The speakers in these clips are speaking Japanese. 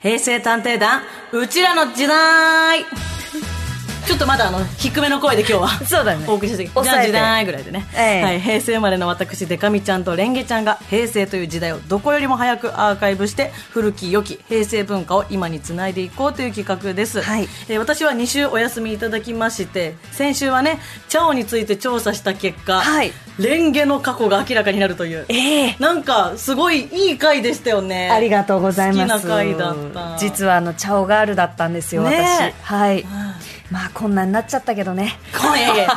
平成探偵団、うちらの 時代ちょっとまだあの、低めの声で今日は。そうだねお送りしてきじゃ抑あえて時代ぐらいでね。ええはい。平成生まれの私、デカミちゃんとレンゲちゃんが、平成という時代をどこよりも早くアーカイブして、古き良き平成文化を今につないでいこうという企画です。はいえー私は2週お休みいただきまして、先週はね、チャオについて調査した結果、はいレンゲの過去が明らかになるという。ええなんか、すごいいい回でしたよね。ありがとうございます好きな回だった。実はあのチャオガールだったんですよ、ねえ私はいまあこんなになっちゃったけどね いやいや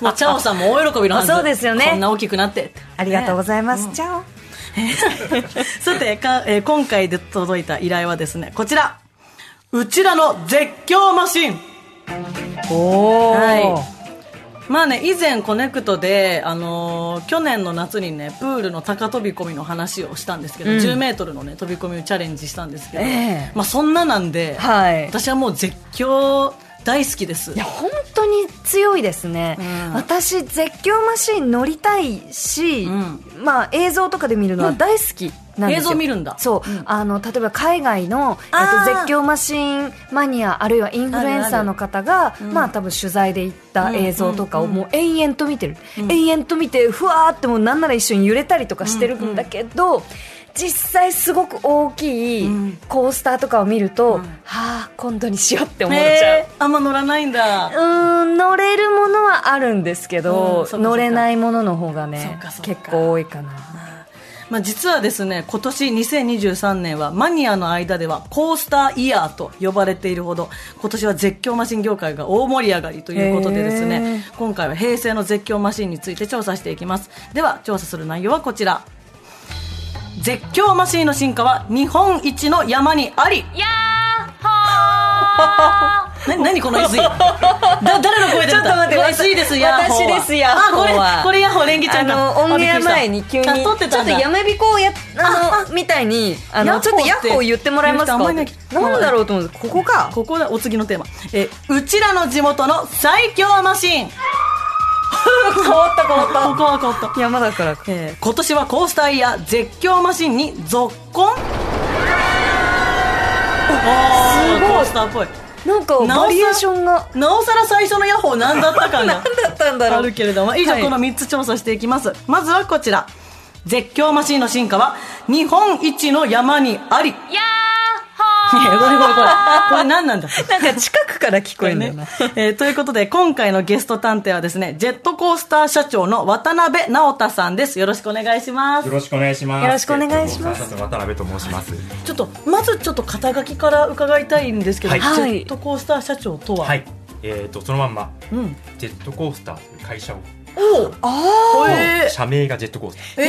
もうチャオさんも大喜びのはずそうですよねこんな大きくなってありがとうござざいいます、チャオますさてか、 えー今回で届いた依頼はですねこちらうちらの絶叫マシンおお、はいまあね以前コネクトで、あのー去年の夏にねプールの高飛び込みの話をしたんですけど、10メートルのね飛び込みをチャレンジしたんですけど、ええまあそんななんで、はい私はもう絶叫大好きですいや本当に強いですね、うん私絶叫マシン乗りたいし、んまあ映像とかで見るのは大好きなんですよ、映像見るんだそう、あの例えば海外の、えあーっと、絶叫マシンマニアあるいはインフルエンサーの方がまあ多分取材で行った映像とかをもう延々と見てる、延々と見てふわーってもうなんなら一瞬揺れたりとかしてるんだけど、実際すごく大きいコースターとかを見ると、はあ今度にしようって思っちゃう、えーあんま乗らないんだうーん乗れるものはあるんですけうんど、そっか乗れないものの方がそっねかそっか結構多いかなまあ、実はですね今年2023年はマニアの間ではコースターイヤーと呼ばれているほど今年は絶叫マシン業界が大盛り上がりということでですね今回は平成の絶叫マシンについて調査していきますでは調査する内容はこちら絶叫マシンの進化は日本一の山にありやっほーな何この SE だ誰の声でちょっと待ってわた SE ですヤッホーは私ですヤッホーはあこれこれヤッホーレンギちゃんがあのオンエあアびっくりした前に急にちあょ撮っってたとんだやめびこをやあのみたいにあヤのッホーってちょっとヤッホー言ってもらえますか言うな人あんまんりないだろうと思うんですここかここでお次のテーマ、えーうちらの地元の最強マシン変わった変わっここはこっと、山だからえー今年はコースターや絶叫マシンに続婚すすごいコースターっぽいなんかなおさらバリエーションがなおさら最初のヤッホー何だったか 何なだったんだろあうるけれども以上はいこの3つ調査していきます、まずはこちら絶叫マシンの進化は日本一の山にありやっほーこれこれこれこれ何なんだなんか近くから聞こえるんだよな、えーということで、今回のゲスト探偵はですね、ジェットコースター社長の渡辺直太さんです。よろしくお願いしますよ。ろしくお願いします。よろしくお願いしますえっと渡辺と申します。ちょっと、まずちょっと肩書きから伺いたいんですけど、はいジェットコースター社長とは、はい。えっ、とそのまんまうん。ジェットコースターという会社をおあえ社名がジェットコースー、え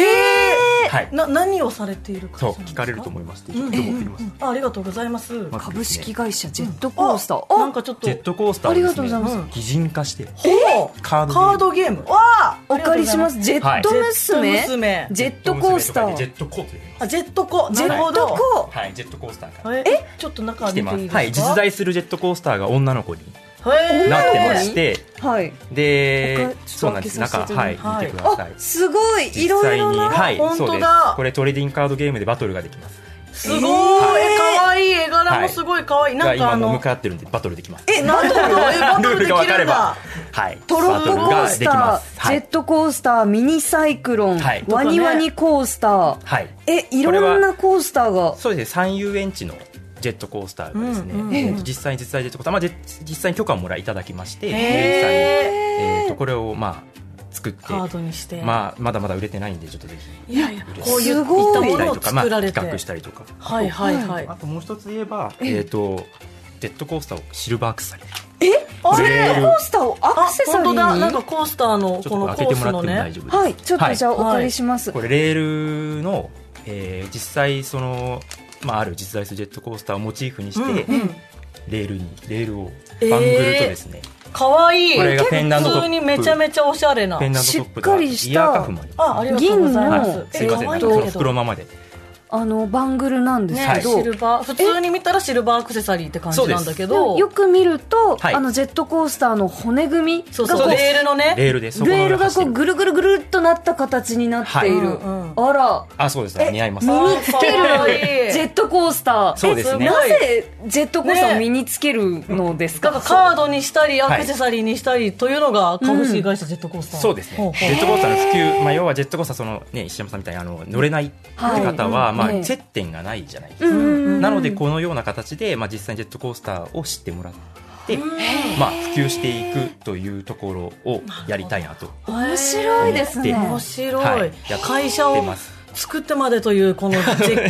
ター。はいー。な、何をされているかそう聞かれると思います。ちょっと持ってきました。あありがとうございます。まず株ですね式会社ジェットコあースターあなんかちょっとジェットコースターをでありすねがとうござい擬人化してほうカードカードゲーム。わあお借りします。ジェットはいジェッ娘ト娘ジェットコースタジェッートコースと呼びまあ、ジェットコ、なるほジェど。ットコす。はいジェットコースターから。えちょっと中見て来ていいますですかはい実在するジェットコースターが女の子にへーなってまして、はいで他そうなんですちょっと中開けはさいせて見ていくたださあいすごいい実ろい際ろになはい本当だそうですこれトレーディングカードゲームでバトルができますすごい、可愛い絵柄もすごい可愛い、ながんか今あも向のかってるんでバトルできますえなるほルールールが分かれば、はい、トロッココースタバトルがーできます、ジはェいットコースターミニサイクロンはいワニワニコースターはい、えいろんなコースターがそうですね三遊園地のジェットコースターがですね、うんうんえーと実際に実際ジェットコースター、まあ、ジェ実際に許可をもらいいただきまして、へー実際に、えー、とこれをまあ作って、カードにして、まあ、まだまだ売れてないんでちょっとぜひいやいやこういすうごいい売ったものれたりとをか、まあ、作られ企て、画したりとかはいはいはいあともう一つ言えば、えー、とジェットコースターをシルバーくさりジレェッートルコースターをアあクセサリー本当にだなんかコースターのちこょっとのコ開けーてもスらのっても大ね丈夫です。はいちょっとじゃあはいお借りします、これレールの、えー実際その、まあ、ある実在するジェットコースターをモチーフにして、うんうんレールにレールをバンえグルーとですね、可愛いこれがペンダント普トップ通にめちゃめちゃおしゃれなペンダントトップとあとしっかりしたイヤーカフもありますあありがとうございま銀すのはいすいまえ可せんな愛んいかそのけど袋ままであのバングルなんですねけど、シルバー普通に見たらシルバーアクセサリーって感じなんだけでもどよく見ると、はいあのジェットコースターの骨組みがそうそこううレールのねレールでそこのレール裏が走こってうるぐるぐるぐるっとなった形になっている、はいうんあらあそうですえね似合います身につけ可愛るいジェットコースターそうですえねなぜジェットコースターを身につけるのですだか、からカードにしたりアクセサリーにしたりというのが株式会社ジェットコースターそうですほねうジェットコースターの普及、まあ、要はジェットコースターその、ね、石山さんみたいにあの乗れないって方は、はいまえあ、え接点がないじゃないですか、うんうんうんなのでこのような形で、まあ、実際にジェットコースターを知ってもらって、まあ、普及していくというところをやりたいなと面白いですね思って面白はいいや会社出をます作ってまでというこの絶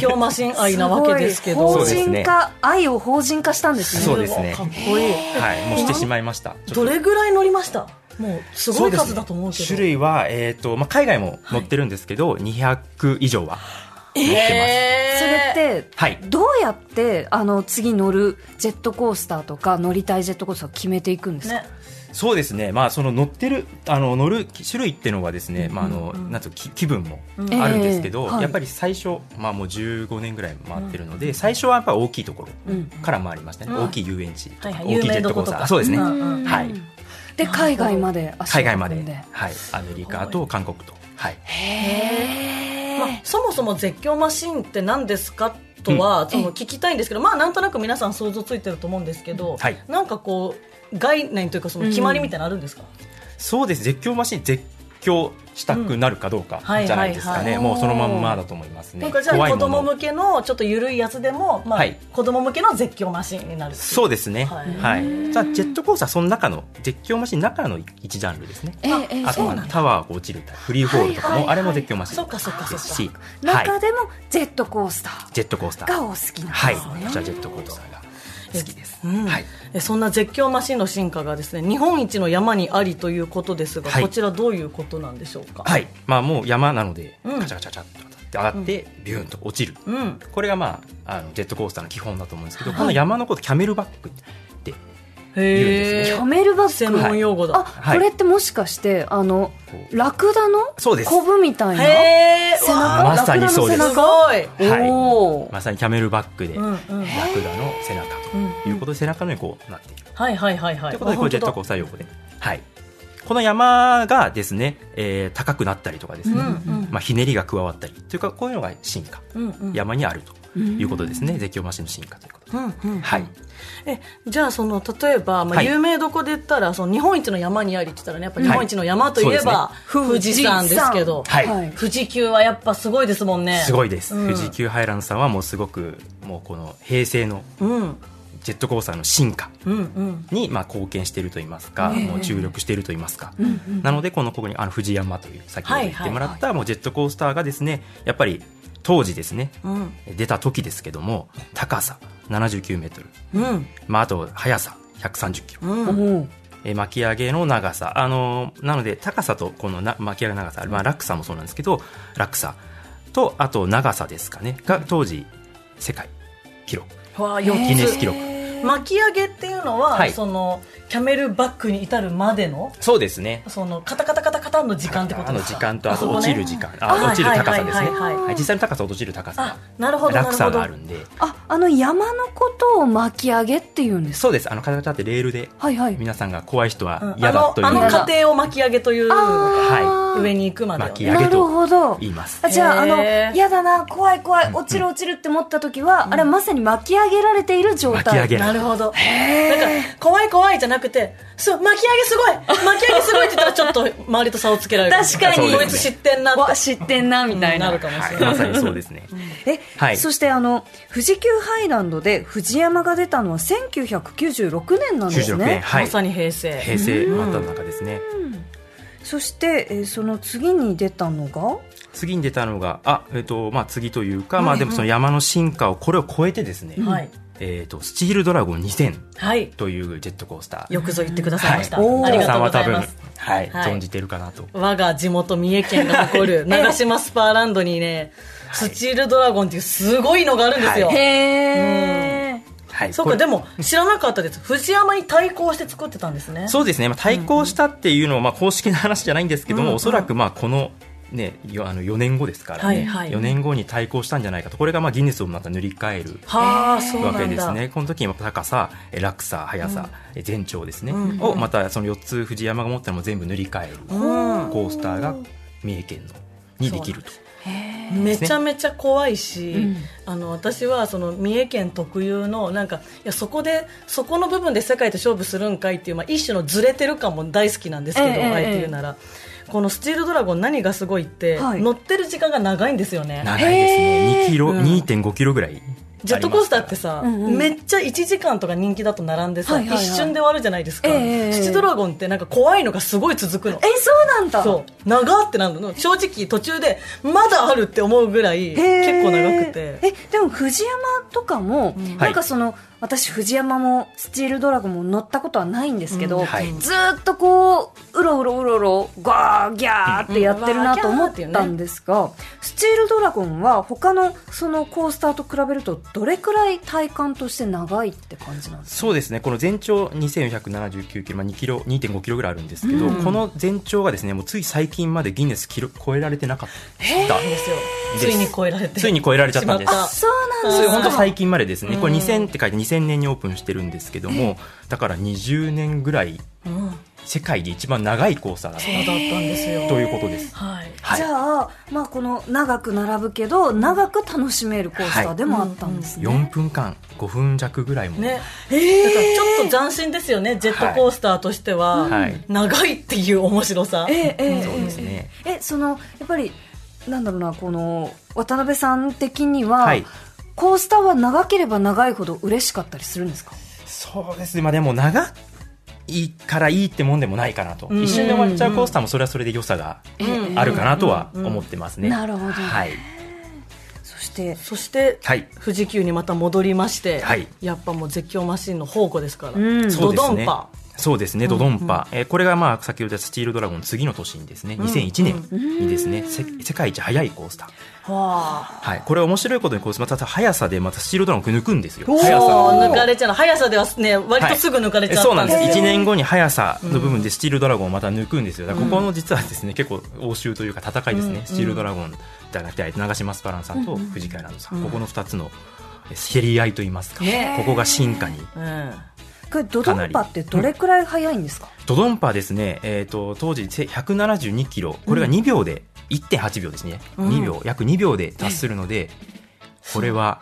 叫マシン愛なわけですけすごい法ど人化、愛を法人化したんですねそうですねかっこいいはい、もうしてしまいました。ちょっとどれぐらい乗りましたもうすごいそうです数ねだと思うけど種類は、えっ、と、まあ、海外も載ってるんですけど、200以上は載ってます。それってはい。どうやってあの次乗るジェットコースターとか乗りたいジェットコースターを決めていくんですか、ねそうですね。まあ、その乗ってる、あの、乗る種類っていうのはですね、まあ、あの、なんとき気分もあるんですけど、ええはいやっぱり最初、まあ、もう15年ぐらい回ってるので、最初はやっぱ大きいところから回りましたね。うん大きい遊園地とか、はいはい大きいジェットコースター。そうですね。有名どことかうんはい。で海外まで足を海運ん外までで、はい。アメリカと韓国と。はい。まあ、そもそも絶叫マシンって何ですかとは、その聞きたいんですけど、まあ、なんとなく皆さん想像ついてると思うんですけど、はいなんかこう概念というかその決まりみたいなのあるんですか、そうです絶叫マシン絶叫したくなるかどうかうんじゃないですかはいはいね、はもうそのまんまだと思いますねなんかじゃあ怖い子も供の向けのちょっと緩いやつでも、まあはい子供向けの絶叫マシンになるっていうそうですねははいい、じゃあジェットコースターはその中の絶叫マシンの中の一ジャンルですねええええあとはタワーが落ちるフリーフォールとかも、あれも絶叫マシンそっかそっかそっかですし、はい、中でもジェットコースタージェットコースターがお好きなんですはいね、じゃあジェットコースターが好きです、うんはいえそんな絶叫マシンの進化がですね日本一の山にありということですが、はいこちらどういうことなんでしょうか、はいまあもう山なのでうんカチャカチャカチャって上がってビューンと落ちる、うん、これがまああのジェットコースターの基本だと思うんですけど、この山のことキャメルバックって言うんですねへキえャメルバッ専グ、門用語だ、あ、はいこれってもしかしてあのラクダのそうですコブみたいなへえ背中まさにそうですラすクダのごい、背中はいおーまさにキャメルバックで、うんうラん、クダの背中ということで、背中のようにこうなっている。はいはいはいはいということで、これジェットコーースター用語で。はい。この山がですね、えー高くなったりとかですね、まあ、ひねりが加わったりというか、こういうのが進化。山にあるということですね。絶叫マシンの進化ということで。はい。えじゃあその例えば、まあ、はい有名どこで言ったら、その日本一の山にありって言ったらねやっぱ日本一の山といえば、富士山ですけど、はい。はい富士急はやっぱすごいですもんねすごいです。うん富士急ハイランドさんはもうすごく、もうこの平成のうんジェットコースターの進化うんうんにまあ貢献していると言いますか、もう注力していると言いますか、なのでこのここにあの富士山という先ほど言ってもらったもうジェットコースターがですねやっぱり当時ですね、ん出た時ですけども高さ79メートル、うんまあ、あと速さ130キロ、おーえー巻き上げの長さ、あのーなので高さとこのな巻き上げの長さ、まあ、落差もそうなんですけど落差とあと長さですかねが当時世界記録わあ四つギネス記録、巻き上げっていうのは、はいそのキャメルバックに至るまでのそうですねそのカタカタカタカタンの時間ってことあでのす時か間とあとこね落ちる時間、ああ落ちる高さですね。はいはいはいはいはい実際の高さ落ちる高あさ、なるほどなるほ落ど差があるんで、ああの山のことを巻き上げっていうんですかそうです。あの形だってレールではいはい皆さんが怖い人うんはあ嫌だのというあのの過が程を巻き上げというは上に行くまでをね、巻き上げなるほど言いますあ。じゃああのへーやだな怖い怖い落ちる落ちるって思った時は、あれはまさに巻き上げられている状態巻き上げならるれる。ほど。だから、怖い怖いじゃなくて、そう、巻き上げすごい巻き上げすごいって言ったら、ちょっと周りと差をつけられる。確かにこいつ知ってんなわって。知ってんなみたいなるかもしはれい、ない。まさにそうですね。え、はいそしてあの富士急ハイランドで藤山が出たのは1996年なんです96年、ねはまい、さに平成。平成またの中ですね。そして、えーその次に出たのが次に出たのが、あ、えっとまあ次というか、まあでもその山の進化をこれを超えてですね、はい。えー、とスチールドラゴン2000はいというジェットコースター。よくぞ言ってくださいました、はあい、りがとさんうごはざ多い分、ますはい、はい存じてるかなと。我が地元三重県が誇る長島スパーランドにね、スチールドラゴンっていうすごいのがあるんですよ、はへーはい、そうこかれでも知らなかったです藤山に対抗して作ってたんですねそうですね、まあ、対抗したっていうのは、まあ、公式な話じゃないんですけども、おそらくまあこの,、ね、よあの4年後ですからね、はいはい4年後に対抗したんじゃないかと、これがまあギネスをまた塗り替える。はあそうなわんだけですねこの時に高さ、え落差、速さ、え全長ですね、をまたその4つ藤山が持ったのも全部塗り替えるコースターが三重県のにできると。めちゃめちゃ怖いし、あの私はその三重県特有のなんかいやそこでそこの部分で世界と勝負するんかいっていう、まあ、一種のずれてる感も大好きなんですけど、ええええあえて言うなら、この「スチールドラゴン」何がすごいって、はい乗ってる時間が長いんですよね長いですね、2キロ、2.5キロぐらい。ジェットコースターって、さ、めっちゃ1時間とか人気だと並んでさ、はいはいはい一瞬で終わるじゃないですか、ええスチドラゴンってなんか怖いのがすごい続くのえそうなんだそう長ってなるの正直途中でまだあるって思うぐらい結構長くてへーえでも藤山とかも、なんかその私藤山もスチールドラゴンも乗ったことはないんですけど、うんはいずーっとこううろうろうろうろガーギャーってやってるなと思ったんですが、スチールドラゴンは他のそのコースターと比べるとどれくらい体感として長いって感じなんですかそうですねこの全長2479キロ、まあ、2キロ2.5キロぐらいあるんですけど、この全長がですねもうつい最近までギネス記録超えられてなかったですよですついに超えられてついに超えられちゃったんですしまったそうなんそでれす本当か最近までですね、これ2000って書いて2000年にオープンしてるんですけども、だから20年ぐらい世界で一番長いコースターだっそうだったんですよたということです、はいはいじゃあ、まあ、この長く並ぶけど長く楽しめるコースターでもあったんですね、 4分間5分弱ぐらいも、ね、だからちょっと斬新ですよねジェットコースターとしては、はい長いっていう面白さ、ええええそうですねえそのやっぱりなんだろうなこの渡辺さん的には、はいコースターは長ければ長いほど嬉しかったりするんですかそうですねまあでも長いからいいってもんでもないかなと、一瞬で終わっちゃうコースターもそれはそれで良さがあるかなとは思ってますね、なるほどはいそしてそして、はい富士急にまた戻りまして、はいやっぱもう絶叫マシンの宝庫ですから、んドそうですドねンパそうですね、ドドンパ、えーこれがまあ先ほど言ったスチールドラゴンの次の年にですね、2001年にですね、せ世界一速いコースター、はい、これ面白いことにこうまた速さでまたスチールドラゴンを抜くんですよ、速さそうを抜かれちゃうの速さではね割とすぐ抜かれちゃったはんいえそうなんですよ1年後に速さの部分でスチールドラゴンをまた抜くんですよだからここの実はですね、結構応酬というか戦いですね、スチールドラゴンじゃなくて長島スパランさんと藤川蘭さん、ここの2つのえ競り合いといいますか、ここが進化にうんこれドドンパってどれくらい速いんですかドドンパですね、えー、と当時せ172キロこれが2秒で、1.8秒ですね、2秒約2秒で達するのでこれは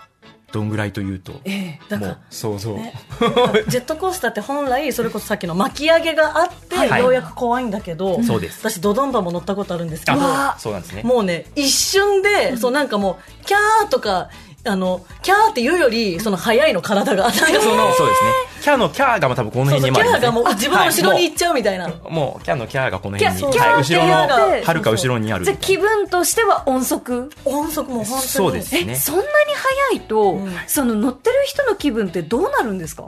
どんぐらいというと、だからもう想像、ジェットコースターって本来それこそさっきの巻き上げがあって、はいようやく怖いんだけどそうです私ドドンパも乗ったことあるんですけどあそうなんですねもうね一瞬で、そうなんかもうキャーとかあのキャーっていうよりその速いの体がなんか その、そうですねキャーのキャーがまあ多分このそう辺そうにもキあャーりますねがもう自分の後ろに行っちゃうみたいな、はいもうもうキャーのキャーがこの辺に、キャーそうはいキャー後ろキャーのがはるか後ろにあるじゃあ気分としては音速音速もう本当にそうですえ、ねそんなに速いと、その乗ってる人の気分ってどうなるんですか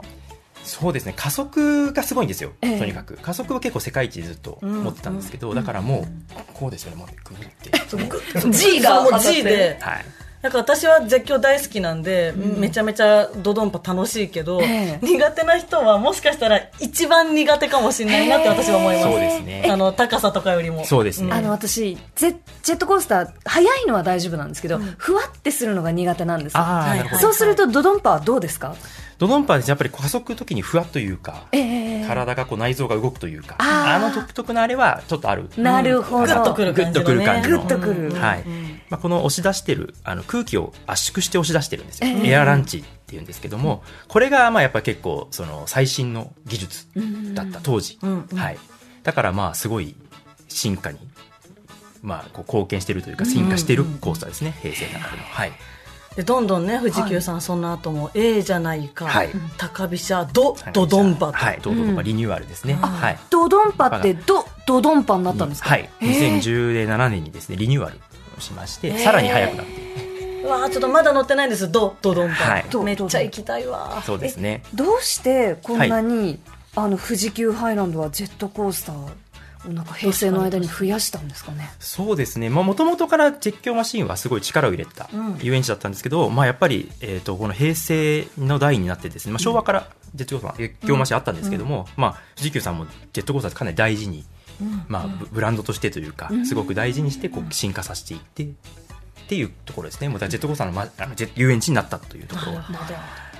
そうですね加速がすごいんですよ、ええとにかく加速は結構世界一ずっと持ってたんですけど、だからもうこうですよねもうグーって、 G がもう G ではいなんか私は絶叫大好きなんで、めちゃめちゃドドンパ楽しいけど、ええ苦手な人はもしかしたら一番苦手かもしれないなって私は思います、そうですねあの高さとかよりもそうですねあの私ジェジェットコースター速いのは大丈夫なんですけど、ふわってするのが苦手なんですよああ、はいなるほど。そうするとドドンパはどうですかドドンパはですねやっぱり加速の時にふわっというか、ええ体がこう内臓が動くというか、ああーの独特のあれはちょっとある。なるほどグッとくるグッ感じとのくるね感じの。グッとくるはい。まあ、この押し出してる、あの空気を圧縮して押し出してるんですよ。エアランチっていうんですけども、これがまあやっぱ結構その最新の技術だった当時。はい。だからまあすごい進化に。まあ、こう貢献してるというか進化してるコースターですね、平成の中でも、はい、でどんどんね富士急さん、その後も A じゃないか、はい高飛車ドドドンパと、はい、ドドンパリニューアルですね、はい、ドドンパってドドドンパになったんですか、はい、2017年にですねリニューアルをしまして、さらに早くなって、うわあちょっとまだ乗ってないんですドドドンと、はいめっちゃ行きたいわそうですね。どうしてこんなに、あの富士急ハイランドはジェットコースターをなんか平成の間に増やしたんですかねそうですね。まあ、もともとから実況マシンはすごい力を入れた遊園地だったんですけど、まあ、やっぱり、えっ、と、この平成の代になってですね、まあ、昭和からジェットコースター、実況マシンあったんですけども、まあ、富士急さんもジェットコースターかなり大事に、まあ、ブブランドとしてというか、すごく大事にして、こう、進化させていって、っていうところですね。もうだからジェットコースターの,、ま、あのジェ遊園地になったというところは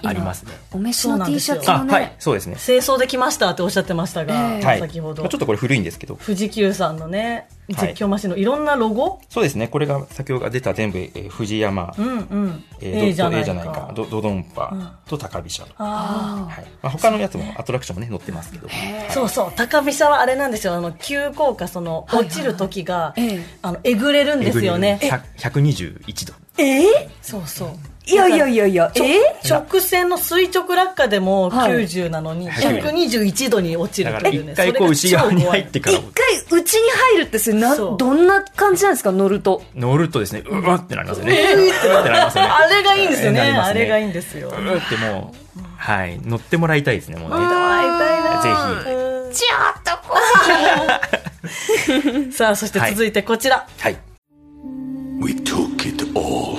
ありますね。お召しそうのなんで T すシよャツあ、もね、はい、そうですね。清掃できましたっておっしゃってましたが、えはい。先ほど、まあちょっとこれ古いんですけど、富士急さんのねはい絶叫マシンのいろんなロゴ、そうですね。これが先ほど出た全部、えー、藤山、うんうんえーどどええじゃないか、どドドンパと高飛車の、あはいまあ、他のやつもアトラクションもね載ってますけど、あそうそう高飛車はあれなんですよあの急降下その落ちる時が、ええあのえぐれるんえでぐすりよね121度ええそうそういやいやいやいやえ直線の垂直落下でもはい90なのにはい121度に落ちるだっからていうね一回こう内側に入ってから一回うちに入るってそれなそうどんな感じなんですか乗ると乗るとですねうわってなりますよね、うわってなりますよねあれがいいんですよねなりますあねれがいいんですようわってもうはい乗ってもらいたいですねもうねぜちゃっとこさあそして続いてこちら、ひはい We took it all.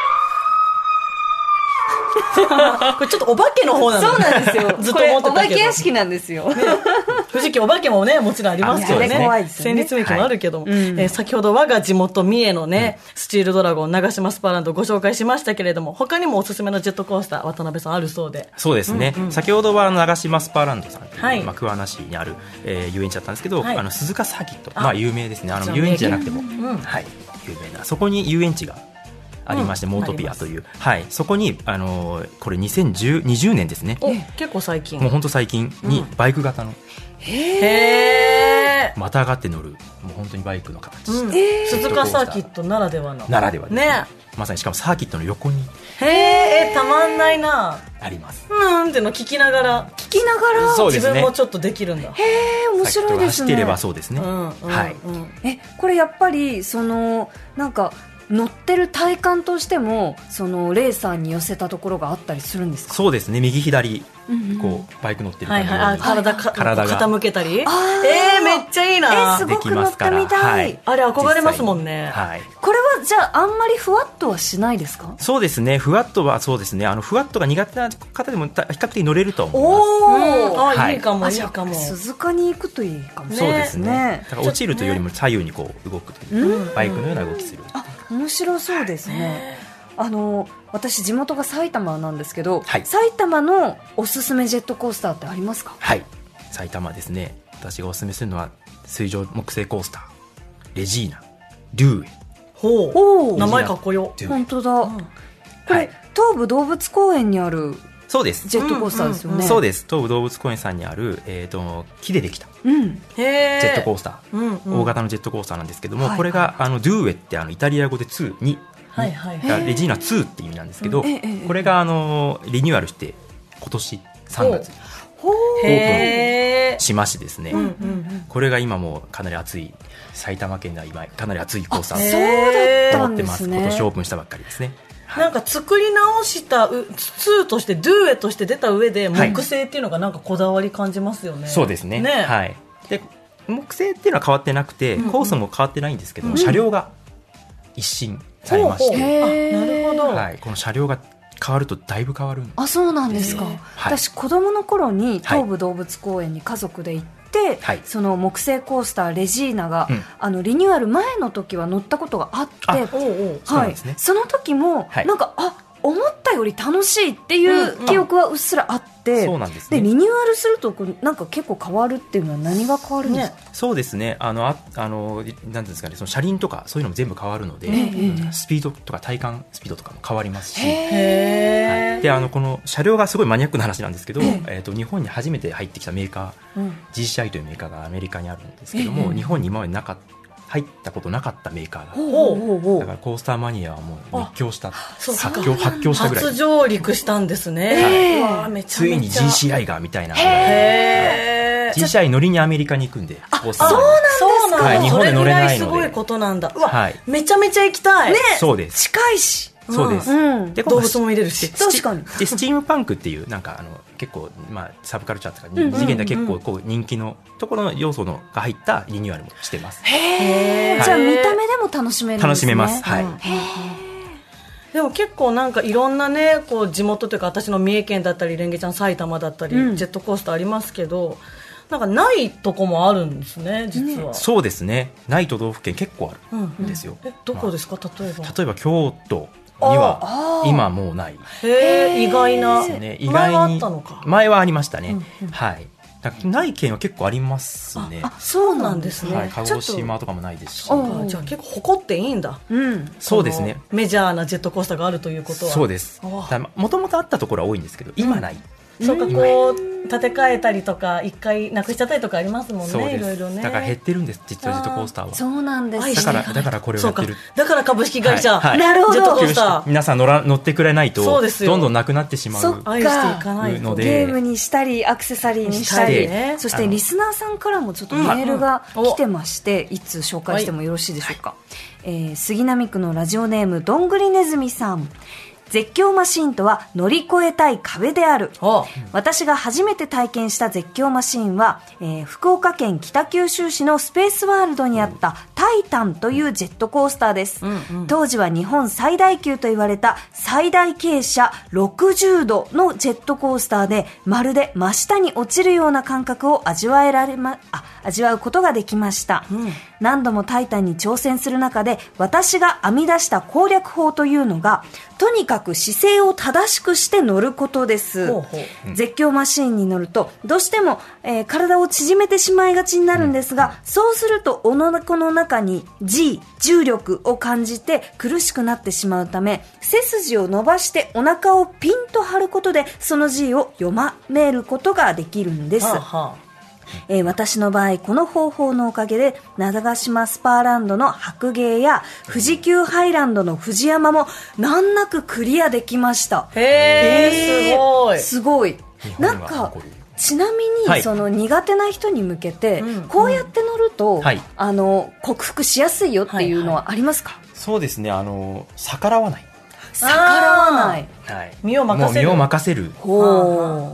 れちょっとお化けの方なのそうなんですよ ずっと思これってたけどお化け屋敷なんですよ、富士急お化けもねもちろんありますけどねあそうですね怖いですよね戦慄劇もあるけども、えー先ほど我が地元三重のね、スチールドラゴン長島スパランドご紹介しましたけれども他にもおすすめのジェットコースター渡辺さんあるそうでそうですね、先ほどはあの長島スパーランドさんという、はいまあ、桑名市にある、えー遊園地だったんですけど、はいあの鈴鹿サーキットまあ、有名ですねあじゃのあ遊園地じゃなくても、うんはい、有名なそこに遊園地がありまして、うんモートピアという、はい、そこに、あのーこれ2020年ですねお結構最近もう本当最近にバイク型の、へえまたがって乗るもう本当にバイクの形、鈴鹿サーキットならではのならではですねねまさにしかもサーキットの横にへえたまんないなありますうんっての聞きながら聞きながらそうで自すね分もちょっとできるんだえー面サ白ーキットいがです走っねていればそうですね、うんうんはいうんえこれやっぱりそのなんか乗ってる体感としてもそのレーサーに寄せたところがあったりするんですかそうですね右左こうバイク乗ってるはい感じはいのようあに体か体が傾けたりえあーー、めっちゃいいなえすごでくき乗まっすかてらみたはいいあれ憧れますもんね実際はいこれはじゃああんまりふわっとはしないですかそうですねふわっとはそうですねあのふわっとが苦手な方でもた比較的乗れるとは思いますうんおおあ、はいい、いかもいいじゃかもあ鈴鹿に行くといいかもそうですねねだから落ちるというよりも左右にこう動くというバイクのような動きするあ面白そうですねあの私地元が埼玉なんですけど、はい埼玉のおすすめジェットコースターってありますかはい埼玉ですね私がおすすめするのは水上木製コースターレジーナリューエほうおお名前かっこよデュエ本当だ、これ、はい東武動物公園にあるそうですジェットコースターですよね、そうです東武動物公園さんにある、えー、と木でできたうんへえジェットコースター、うんうん大型のジェットコースターなんですけども、はいこれがあのドゥーエってあのイタリア語で2に、はいはいがレジーナ2って意味なんですけど、ええええこれがあのリニューアルして今年3月にほうーへえしましてですね、うんうんこれが今もうかなり熱い埼玉県では今かなり熱いコースタそうーだっとた思んってでますす今ね年オープンしたばっかりですねなんか作り直したう2としてドゥエとして出た上ではい木製っていうのがなんかこだわり感じますよね、そうですねね、はいで木製っていうのは変わってなくて、コースも変わってないんですけども、車両が一新されまして、へーあなるほど、はい、この車両が変わるとだいぶ変わるんあそうなんですか、ですよはい私子供の頃にはい東武動物公園に家族で行って、はいその木製コースターレジーナが、うんあのリニューアル前の時は乗ったことがあってあおうおうそうなはんいですねその時も、はいなんかあ思ったより楽しいっていう記憶はうっすらあっってそうなんですねリニューアルするとこうなんか結構変わるっていうのは何が変わるんですか、そうですね、あの、ああのいなんていうんですかね、その車輪とかそういうのも全部変わるので、うんスピードとか体感スピードとかも変わりますし、はい、であのこの車両がすごいマニアックな話なんですけど、えー、と日本に初めて入ってきたメーカー、GCI というメーカーがアメリカにあるんですけども、日本に今までなかった。入ったことなかったメーカーだったほうだからコースターマニアはもう熱狂したそう発狂発狂したぐらい初上陸したんですね、うわめちゃついめにちゃ GCI がみたいなへー GCI 乗りにアメリカに行くんでコースターマニアそうなんだ、はい日本で乗れないのそでぐらすごいことなんだうわ、はいめちゃめちゃ行きたいねそうです近いしそうです、うんで動物も見れるしスチ確かにでスチームパンクっていうなんかあの結構、まあ、サブカルチャーとかに次元では結構こう人気のところの要素のが入ったリニューアルもしてますへーじゃあ見た目でも楽しめるんです、ね、楽しめますはいでも結構なんかいろんなねこう地元というか私の三重県だったりレンゲちゃん埼玉だったり、ジェットコースターありますけどなんかないとこもあるんですね実は、そうですねない都道府県結構あるんですよ、えどこですか例えばまあ例えば京都には今もうないへえ意外な、ですね前はあったのか前はありましたね、はいだからない県は結構ありますねそうなんですね、はい、鹿児島とかもないですしあじゃあ結構誇っていいんだうんそうですねメジャーなジェットコースターがあるということはそうですあもともとあったところは多いんですけど今ない、そうかこう建て替えたりとか一回なくしちゃったりとかありますもんそうねいですろいろねだから減ってるんです実はジェットコースターはそうなんです愛だしかてらいないだからこれをやってるそうかだから株式会社、はいはいなるほどジェットコー普及スしてター皆さん乗ら乗ってくれないとそうですよどんどんなくなってしまそっうか愛していかないとのでゲームにしたりアクセサリーにしたしたりりねそしあてのリスナーさんからもちょっとメールが来てまして、いつ紹介してもよろしいでしょうか、えー杉並区のラジオネームどんぐりねずみさん絶叫マシンとは乗り越えたい壁であるあ私が初めて体験した絶叫マシンは、えー福岡県北九州市のスペースワールドにあったタイタンというジェットコースターです、当時は日本最大級と言われた最大傾斜60度のジェットコースターでまるで真下に落ちるような感覚を味わえられまあ味わうことができました、何度も「タイタン」に挑戦する中で私が編み出した攻略法というのがとにかく姿勢を正しくして乗ることですほうほう絶叫マシーンに乗るとどうしても、えー体を縮めてしまいがちになるんですが、そうするとおのこの中に G 重力を感じて苦しくなってしまうため背筋を伸ばしてお腹をピンと張ることでその G を読まめることができるんです、はあはえー私の場合この方法のおかげで長島スパーランドの白芸や富士急ハイランドの富士山も難なくクリアできましたあ、へえ、すすごい本ながんか誇るちなみに、はいその苦手な人に向けて、こうやって乗ると、はいあの克服しやすいよっていうのはありますか、そうですねあの逆らわない、ごい逆らわないはい、身を任せるもう身を任せるほ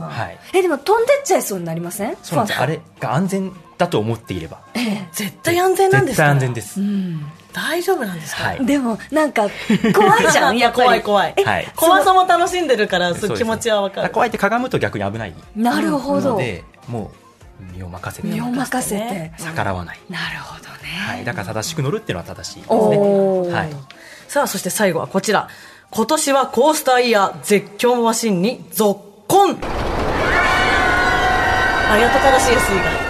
うはいえでも飛んでっちゃいそうになりませんそうなんですあれが安全だと思っていれば絶対安全なんです絶対か安全です、大丈夫なんですか、はいでもなんか怖いじゃん やっぱり怖い怖い、えはい怖さも楽しんでるからそそううです気ね持ちはわかだらるこうやってかがむと逆に危ないなるほのどでもう身を任せて身を任せて、ね逆らわない、なるほどねはい、だから正しく乗るっていうのは正しいですねおーはいさあそして最後はこちら今年はコースターイヤー絶叫マシンに続婚あやっと正しい SE が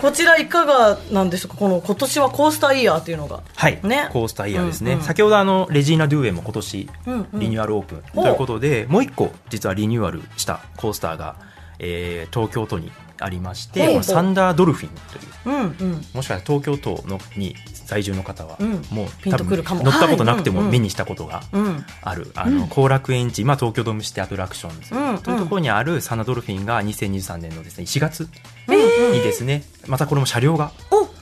こちらいかがなんでしょうかこの今年はコースターイヤーっていうのがはい、ねコースターイヤーですね、先ほどあのレジーナ・デューエも今年リニューアルオープンということで、もう一個実はリニューアルしたコースターが、えー東京都にありまして、ほうほうサンダードルフィンといううんうんもしかしたら東京都のに在住の方は、んもうピンとくるかも乗ったことなくてもはいうんうん目にしたことがうんある、あの後楽園地今東京ドームシティアトラクションズ、うんというところにあるサンダードルフィンが2023年のですね4月にですね、またこれも車両が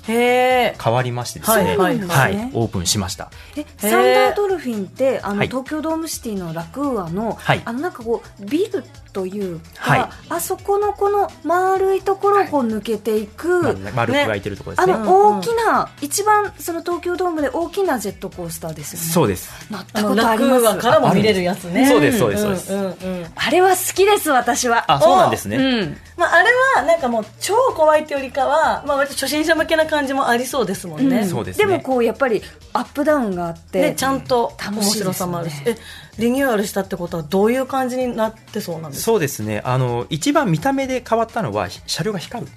へえ変わりましてですはね、いはいはいはいオープンしました。えサンダードルフィンってあの、はい東京ドームシティのラクーアの,、はいあのなんかこうビルというか、はいあそこのこの丸いところをこう抜けていく、まあ丸く開いてるところであすね。の大きな、一番その東京ドームで大きなジェットコースターですよねそうです。乗ったあこのとあ楽ります話からも見れるやつねそうですそうですそうですんうんうんあれは好きです私はあ、そうなんですね。うんまあ、あれはなんかもう超怖いってよりかは、まあ、割と初心者向けな感じもありそうですもんね、そうですでねもこうやっぱりアップダウンがあって、ね、ちゃんと楽面しいですよね白さもあるしえリニューアルしたってことはどういう感じになってそうなんですかそうですねあの一番見た目で変わったのはひ車両が光る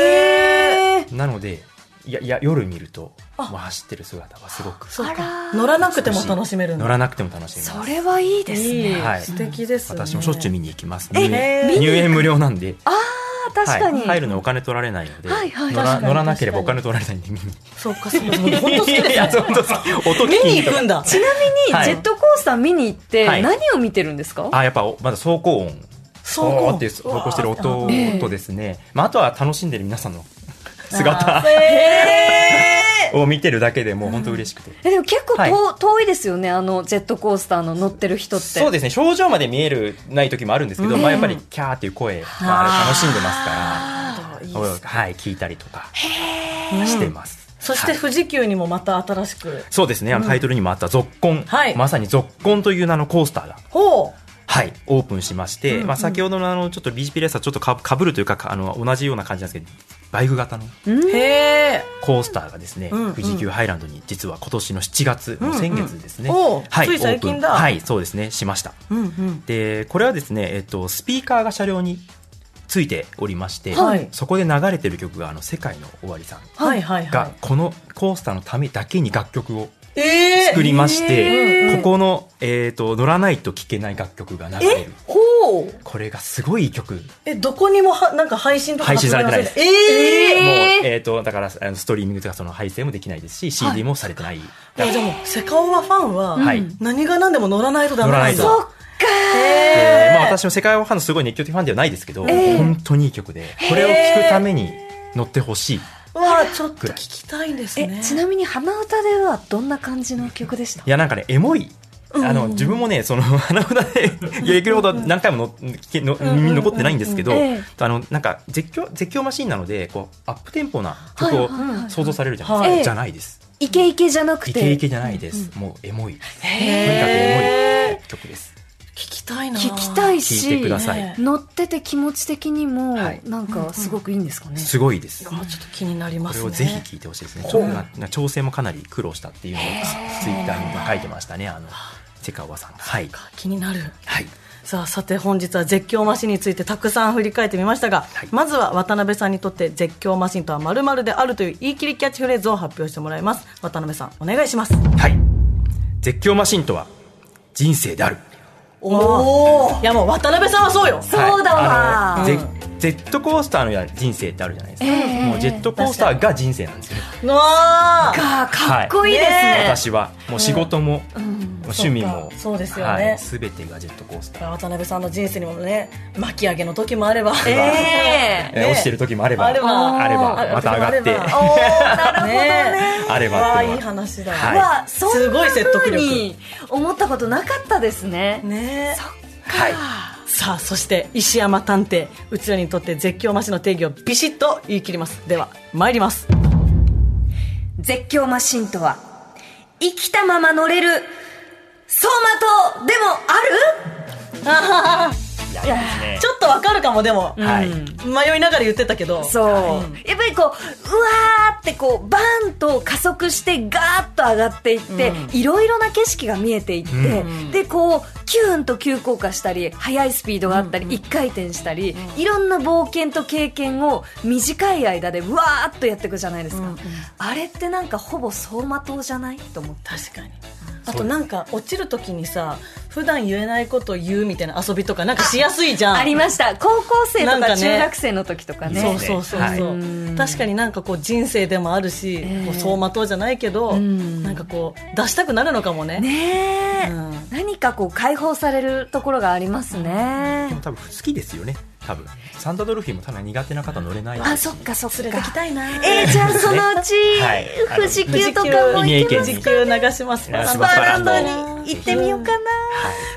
えなのでいやいや夜見るともう走ってる姿がすごくそうあから乗らなくても楽しめるんだ乗らなくても楽しめまそすれはいいですねいい、はい素敵ですね私もしょっちゅう見に行きますえね見に行く入園無料なんであ確かに、はい、入るのお金取られないので、はいはい確乗らかに乗らなければお金取られないんで見にそうかそうか本当好きいでやす本当好き音聞き見にと行くんだちなみにはいジェットコースター見に行ってはい何を見てるんですか、あやっぱおまだ走行音走行音おーって走行してるう音わーとですね、まあ、あとは楽しんでる皆さんの姿を見てるだけでもう本当嬉しくて、えでも結構と、はい遠いですよねあのジェットコースターの乗ってる人ってそうですね表情まで見えるない時もあるんですけど、まあ、やっぱりキャーっていう声があれ楽しんでますからおはい、聞いたりとかしてます、そしてはい富士急にもまた新しくそうですねあのタイトルにもあった「ぞっこん」はいまさに「ぞっこん」という名のコースターがほうはい、オープンしまして、まあ、先ほどのあのちょっと BGP レースはちょっとかかぶるというかかあの同じような感じなんですけどバイク型のへえコースターがですね、んうん富士急ハイランドに実は今年の7月、もう先月ですね、うんおうはいつい最近だオープンはいそうですねしましたうんうんでこれはですね、えっと、スピーカーが車両についておりまして、はいそこで流れてる曲があの世界の終わりさんはいはいがはこのコースターのためだけに楽曲をいえ作りまして、えーここの、えっと乗らないと聴けない楽曲が流れるほうこれがすごいいい曲えどこにもはなんか配信とか配信されてないですえー、えもう、えっ、と、だから、あのストリーミングとかその配信もできないですし、CD もされてない。いやでもセカオワファンは、はい何が何でも乗らないとダメなんだ乗らないへえーまあ私の世界ファンのすごい熱狂的ファンではないですけど、本当にいい曲で、これを聴くために乗ってほしい。ーわあちょっと聞きたいですえねちなみに鼻歌ではどんな感じの曲でしたいや、なんかね、エモい。あの自分もね、その 鼻歌 で言るほど何回もの聞けの耳に残ってないんですけどええ、あのなんか絶叫絶叫マシーンなので、こうアップテンポな曲をはいはいはい想像されるじゃないですはいか。じゃないです。イケイケじゃなくてイケイケじゃないです。もうエモい。とにかくエモい曲です。聞きたいな聞きたいし聞いてください。ね乗ってて気持ち的にもはいなんかすごくいいんですかね、すごいです。こあちょっと気になりまれすをねぜひ聞いてほしいですね。ちょっとなな調整もかなり苦労したっていうのをツイッターにも書いてましたね。あのセカオワさんが。はい。気になるはい。さあさて本日は絶叫マシンについてたくさん振り返ってみましたが、はいまずは渡辺さんにとって絶叫マシンとはまるまるであるという言い切りキャッチフレーズを発表してもらいます渡辺さんお願いしますはい。絶叫マシンとは人生である。おおいやもう渡辺さんはそうよそうだわはいあのゼジェットコースターのような人生ってあるじゃないですか。もうジェットコースターが人生なんですよ。うわーかかっこいいですね,、はいねえ私はもう仕事も、趣味もそうかそうですよねはいすべてがジェットコースター。渡辺さんの人生にもね巻き上げの時もあれば、ええー落ちてる時もあれば、あればあればまた上がってあれば、おーなるほどねあればわっあていういのはい話だ、はういわそんなすごい説得風力に思ったことなかったですねねそっはい。さあそして石山探偵うちらにとって絶叫マシンの定義をビシッと言い切りますでは参ります絶叫マシンとは生きたまま乗れる走馬灯でもあいやいいですね。ちょっとわかるかもでも、はい。迷いながら言ってたけどるそう、やっぱりこううわーってこうバーンと加速してガーッと上がっていって、いろいろな景色が見えていって、でこうキューンと急降下したり速いスピードがあったり、一回転したり、いろんな冒険と経験を短い間でうわーっとやっていくじゃないですか、あれってなんかほぼ走馬灯じゃないと思って確かにあとなんか落ちる時にさ普段言えないことを言うみたいな遊びとかなんかしやすいじゃんありました高校生なんとかかね中学生の時とかねそうそうそうそう、はい確かになんかこう人生でもあるし、こう走馬灯じゃないけど、なんかこう出したくなるのかもねねえ、うん何かこう解放されるところがありますでもね、多分好きですよね。多分サンダードルフィンも多分苦手な方乗れない。あそっかそっか連れてきたいなえー、じゃあそのうち、はい富士急とかも行けま富す士急流します流しますスパランドに行ってみようかな、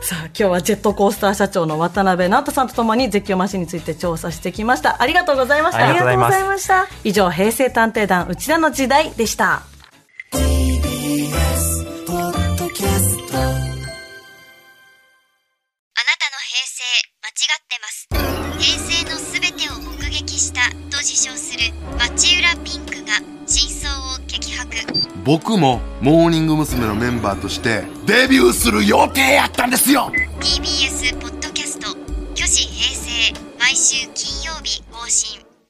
さあ今日はジェットコースター社長の渡辺直人さんとともに絶叫マシンについて調査してきましたありがとうございましあたりがとうございますありがとうございました以上平成探偵団うちらの時代でしたあなたの平成間違ってます平成のすべてを目撃したと自称する町浦ピンクが真相を激白僕もモーニング娘。のメンバーとしてデビューする予定やったんですよ TBS ポッドキャスト「巨子平成」毎週